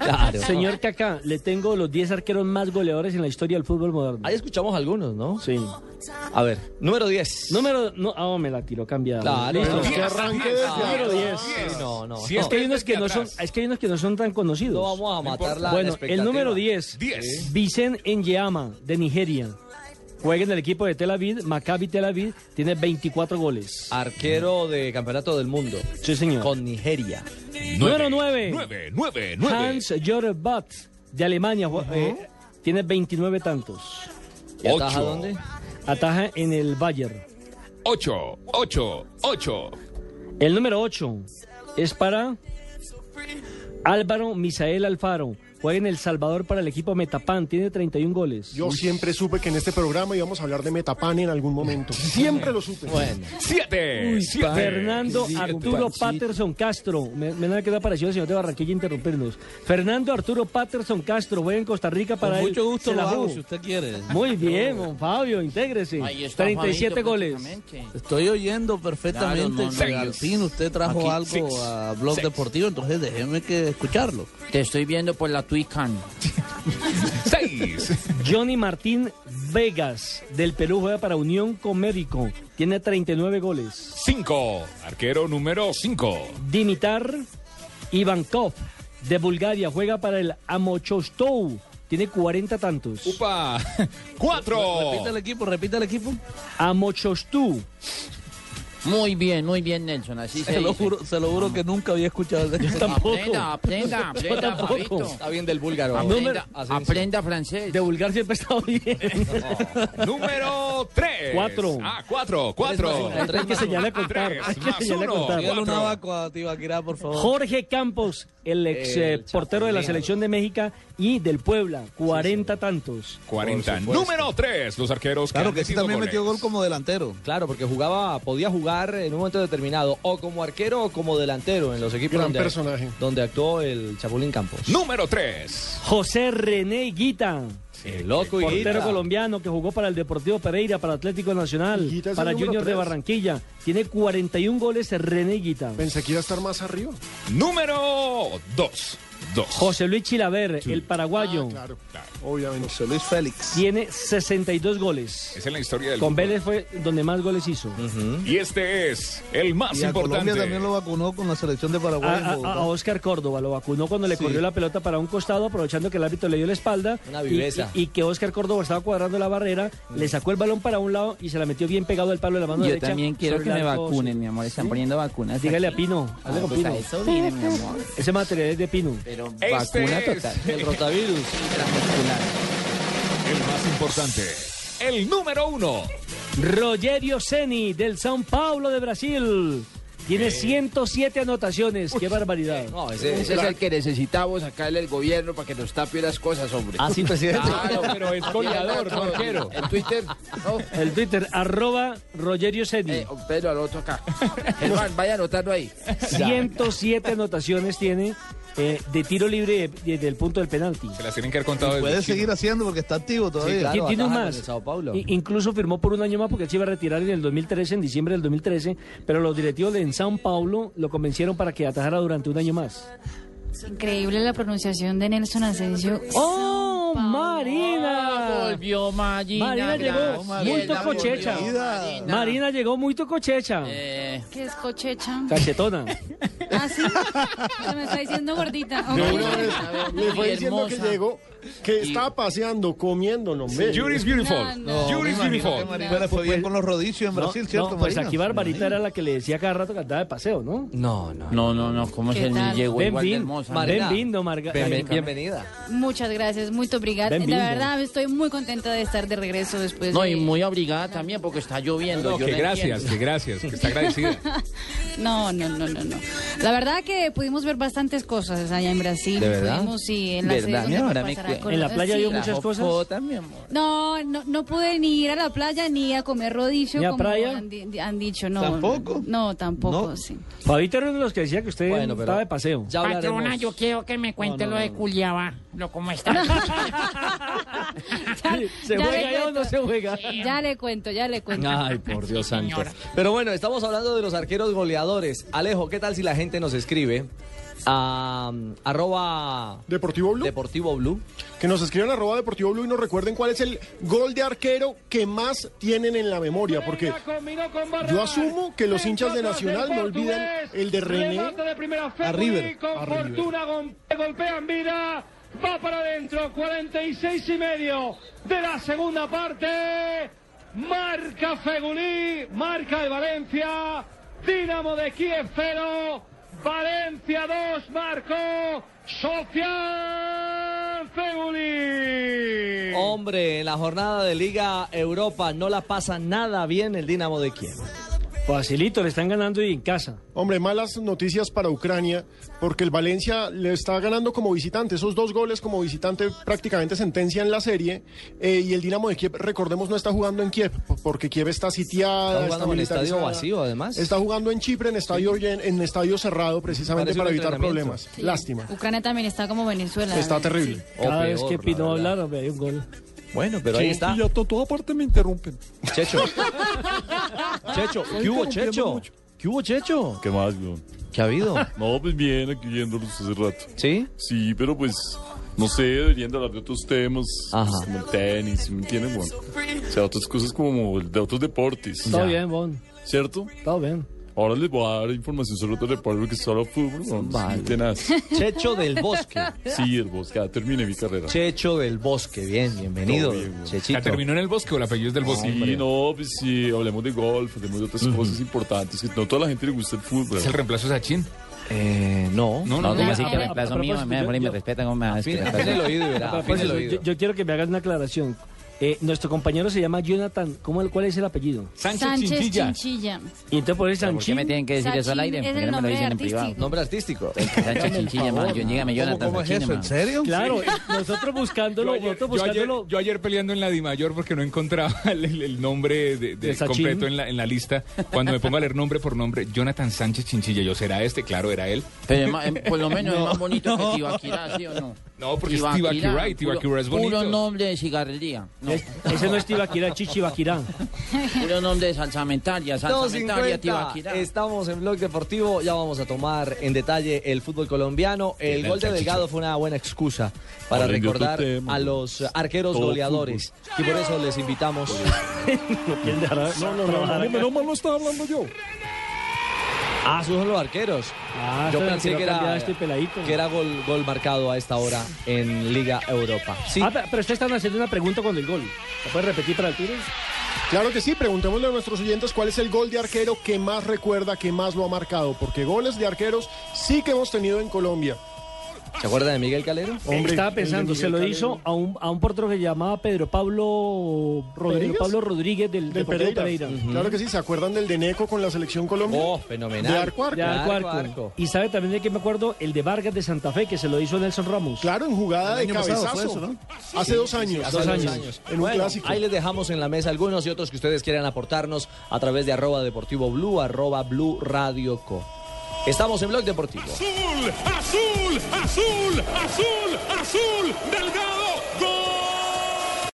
Claro. Señor Kaká, le tengo los 10 arqueros más goleadores en la historia del fútbol moderno. Ahí escuchamos algunos, ¿no? Sí. A ver, número 10. Número. No, ah, me la tiro cambiada. Claro. Listo. Pero que arranque Ah, Número 10. Sí, no, no. Es que hay unos que no son, atrás. es que hay unos que no son tan conocidos. No vamos a matar la bueno, expectativa. el número 10. 10. Vicen Enyama, de Nigeria. Juega en el equipo de Tel Aviv, Maccabi Tel Aviv, tiene 24 goles. Arquero de Campeonato del Mundo. Sí, señor. Ah, Con Nigeria. Número 9. 9, 9, 9. Hans Jörg Butt, de Alemania, jue- eh, tiene 29 tantos. ¿Y ataja Ocho. dónde? Ataja en el Bayern. 8, 8, 8. El número 8 es para Álvaro Misael Alfaro. Juega en El Salvador para el equipo Metapan, tiene 31 goles. eh, Yo siempre supe que en este programa íbamos a hablar de Metapan en algún momento. Siempre lo supe. Bueno. 7, 7. Fernando Arturo Patterson Castro. Me, me da que le apareció el señor de Barranquilla interrumpirnos. Fernando Arturo Patterson Castro, juega en Costa Rica para Con él. mucho gusto Se la lo hago, jugó. si usted quiere. Muy bien, don Fabio, intégrese. 37 goles. Estoy oyendo perfectamente. que al fin usted trajo Aquí, algo six, a Blog six. Deportivo, entonces déjeme que escucharlo. Te estoy viendo por la Twican. 6. Johnny Martín Vegas del Perú juega para Unión Comérico. Tiene 39 goles. 5. Arquero número 5. Dimitar Ivankov de Bulgaria juega para el Amochostou. Tiene 40 tantos. Upa. Oh. Repita el 4. equipo, repita el equipo. Amochostou. Muy bien, muy bien, Nelson. Así se, Se lo dice. juro, se lo juro que nunca había escuchado. Aprenda, aprenda, aprenda, tampoco. Fabito. Está bien del búlgaro. Aprenda, Asensio. aprenda francés. De Bulgaria siempre ha estado bien. Número 3. Cuatro. Ah, 4, Tres 4. más uno, tres Hay que más señalar a uno. contar. Tres Hay que más señalar a uno. contar. Dígale un Cuatro. abaco a Tibaquirá, por favor. Jorge Campos, el ex El eh, portero de la Chapulín. selección de México y del Puebla, 40 tantos. 40. Por supuesto. Número 3. Los arqueros. Claro han que sí metido también goles. metió gol como delantero. Claro, porque jugaba, podía jugar en un momento determinado, o como arquero o como delantero en los equipos Gran donde, personaje. donde actuó el Chapulín Campos. Número 3. José René Guita, El loco portero Higuita. colombiano que jugó para el Deportivo Pereira, para Atlético Nacional, Higuita es el para número Junior de tres. Barranquilla. Tiene 41 goles René Guita. Pensé que iba a estar más arriba. Número 2. 2. José Luis Chilaver, el paraguayo, Claro, obviamente. José Luis Félix. tiene 62 goles. Es en la historia del Con fútbol. Vélez fue donde más goles hizo. Y este es el más Y a importante. Colombia también lo vacunó con la selección de A, Paraguay. en a- Bogotá. a Oscar Córdoba lo vacunó cuando le Sí. corrió la pelota para un costado, aprovechando que el árbitro le dio la espalda. Una y- viveza. Mm. Y, y que Oscar Córdoba estaba cuadrando la barrera, le sacó el balón para un lado y se la metió bien pegado al palo de la mano Yo derecha. también quiero sobre que el me arco. vacunen, mi amor. Están poniendo vacunas. Dígale a aquí. Pino, hable Ah, con pues Pino. a eso viene, mi amor. Ese material es de Pino. Pero Este vacuna es- total. El rotavirus. Espectacular. El más importante. El número 1. Rogerio Ceni del São Paulo de Brasil. Tiene 107 anotaciones. ¡Qué barbaridad! Eh. No, ese, Ese es el que necesitamos sacarle el gobierno para que nos tape las cosas, hombre. Ah, sí, presidente. Claro, pero es goleador, no arquero. En Twitter, no. El Twitter, arroba Rogerio Ceni. Eh, Pedro al otro acá. Germán, vaya anotando ahí. 107 anotaciones tiene eh, de tiro libre desde el punto del penalti. Se las tienen que haber contado desde Puede Chile. seguir haciendo porque está activo todavía. Sí, claro. Y tiene un ataja con más. el Sao Paulo. I- incluso firmó por un año más porque él se iba a retirar en el 2013, en diciembre del 2013, pero los directivos de en San Paulo lo convencieron para que atajara durante un año más. Increíble la pronunciación de Nelson Asensio. ¡Oh, Marina! Volvió Marina. Marina llegó muy Graciela, tocochecha. volvió Marina llegó muy tocochecha. Eh, Que es cochecha. Cachetona. Ah, sí. Se me está diciendo gordita. Ok. De una vez le fue Y diciendo que hermosa. llegó, que estaba paseando, comiendo, no hombre. Yuri's Beautiful. No, no. Yuri's Imagino que Beautiful. Maribel le fue bien con los rodillos en Brasil, No, ¿cierto? no, pues Marina? aquí Barbarita era la que le decía cada rato que andaba de paseo, ¿no? No, no. No, no, no, ¿cómo ¿Qué se le tal? llegó Ven igual de bien, hermosa? Mar- Marina, Bienvenido, Marga- bienven- Margarita. bienvenida. Muchas gracias, muy obrigada. Ven, La vino. verdad, estoy muy contenta de estar de regreso después No, de... y muy obligada también porque está lloviendo. No, yo que la gracias, entiendo. que gracias, que está agradecida. No, no, no, no, no. La verdad que pudimos ver bastantes cosas allá en Brasil. eh, ¿De verdad? Pudimos, sí, en la ¿Verdad, sede donde mi amor? A mí pasará que- Col- ¿En la playa sí. vio muchas La cosas? Jocota, No, no, no pude ni ir a la playa ni a comer rodillo ¿Ni a como playa? Han, di- han dicho. No, ¿Tampoco? No, tampoco, No. sí. Fabito era uno de los que decía que usted Bueno, pero estaba de paseo. ya hablaremos. Patrona, yo quiero que Ah, me cuente No, no, lo de no. Culiaba. Lo como está. ¿Se Ya juega le ya o cuento. no se juega? Ya le cuento, ya le cuento. Ay, por Dios santo. Pero bueno, estamos hablando de los arqueros goleadores. Alejo, ¿qué tal si la gente nos escribe a um, arroba Deportivo Blue? Deportivo Blue. Que nos escriban arroba Deportivo Blue y nos recuerden cuál es el gol de arquero que más tienen en la memoria. Porque yo asumo que los hinchas de Nacional no olvidan el de René a River. Con A River. fortuna gom- golpea en vida. Va para adentro. 46 y medio de la segunda parte. Marca Fegulí. Marca el Valencia. Dinamo de Kiev 0. Valencia 2. Marcó Sofian Fegulí. Hombre, en la jornada de Liga Europa no la pasa nada bien el Dinamo de Kiev. Facilito, le están ganando y en casa. Hombre, malas noticias para Ucrania, porque el Valencia le está ganando como visitante. Esos dos goles como visitante prácticamente sentencian la serie. eh, y el Dinamo de Kiev, recordemos, no está jugando en Kiev, porque Kiev está sitiada. Está jugando en militarizada. estadio vacío, además. Está jugando en Chipre, en estadio, en, en estadio cerrado, precisamente Parece para un evitar entrenamiento. problemas. Lástima. Ucrania también está como Venezuela. Está terrible. Cada O vez peor, que la Pino verdad. hablara, me hay un gol. Bueno, pero ahí está. a toda parte me interrumpen. Checho. Checho, ¿qué hubo, Checho? ¿Qué hubo, Checho? ¿Qué más, weón? ¿Qué ha habido? No, pues bien, aquí yéndolos hace rato. ¿Sí? Sí, pero pues, no sé, deberían de hablar de otros temas. Ajá. Como el Ah, tenis, ¿sí ¿me entienden, weón? O sea, otras cosas como el de otros deportes. Todo bien, Bon. ¿Cierto? Todo bien. Ahora les voy a dar información sobre otro deporte porque solo fútbol, weón. Vale. Checho del Bosque. Sí, el bosque. Ya terminé mi carrera. Checho del Bosque, bien, bienvenido. Todo bien, weón. Chechito. ¿Ya terminó en el Bosque o la apellido del Sí, no, pues sí, hablemos de golf, hablemos de otras cosas importantes. que No toda la gente le gusta el fútbol. ¿Es el reemplazo de Sachin? Eh, no. No, No, no, como no. así que a- reemplazo a mío, propósito, me, yo- me yo- respetan como más. que afine respetan. el oído, verá, Papá, afine el Francisco, oído. yo, yo quiero que me hagas una aclaración. Eh, nuestro compañero se llama Jonathan. ¿Cómo, el- ¿Cuál es el apellido? Sánchez Chinchilla. ¿Y entonces por eso ¿Por qué me tienen que decir eso al aire? Sachin es ¿Por el qué no me lo nombre dicen en artístico. privado? Nombre artístico. Sánchez Chinchilla, man. Yo, dígame, Jonathan Sachin, man. Claro, eh, Sí. nosotros Yo buscándolo, ayer, nosotros yo ayer- buscándolo. yo ayer peleando en la Di Mayor porque no encontraba el, el- el nombre de, de- De Sachin. completo en la, en la lista. Cuando me pongo a leer nombre por nombre, Jonathan Sánchez Chinchilla, yo será este, claro, era él. Pero es más- eh, por lo menos No. es más bonito que Tibaquirá, ¿sí o no? No, porque es Tibaquirá y Tibaquirá es puro- bonito. Puro nombre de cigarrería. No. Ese no es Tibaquirá, es Chichibaquirá. Puro nombre de salsamentaria, salsamentaria, 250, Tibaquirá. estamos en Blog Deportivo, ya vamos a tomar en detalle el fútbol colombiano. El Bien, gol de muchachos. Delgado fue una buena excusa para Hablen de otro recordar tema. a los arqueros Todo goleadores. Y por eso les invitamos. No, no, no, no, menos mal no estaba hablando yo. Ah, esos son los arqueros. yo eso es lo pensé Ah, que que no cambiaba era, este peladito. que era gol, gol marcado a esta hora en Liga Europa. Sí. Ah, pe- pero ustedes están haciendo una pregunta con el gol. ¿La puedes repetir para Arturo? Claro que sí, preguntémosle a nuestros oyentes cuál es el gol de arquero que más recuerda, que más lo ha marcado, porque goles de arqueros sí que hemos tenido en Colombia. ¿Se acuerda de Miguel Calero? Hombre, Estaba el de pensando, se Miguel lo Calero. hizo a un, a un portero que llamaba Pedro Pablo ¿Rodríguez? Pedro Pablo Rodríguez del, Del Deportivo Pereira. Pereira. Claro que sí, ¿se acuerdan del de Neco con la selección Colombia? Oh, fenomenal. De arco a arco. De arco a arco. De arco a arco. Y sabe también de qué me acuerdo, el de Vargas de Santa Fe, que se lo hizo Nelson Ramos. Claro, en jugada El de año pasado cabezazo. fue eso, ¿no? Hace Sí, dos sí, sí, años. hace dos años. En un Bueno, clásico. ahí les dejamos en la mesa algunos y otros que ustedes quieran aportarnos a través de arroba deportivo blue, arroba blue radio co. Estamos en Blog Deportivo. Azul, azul, azul, azul, azul, de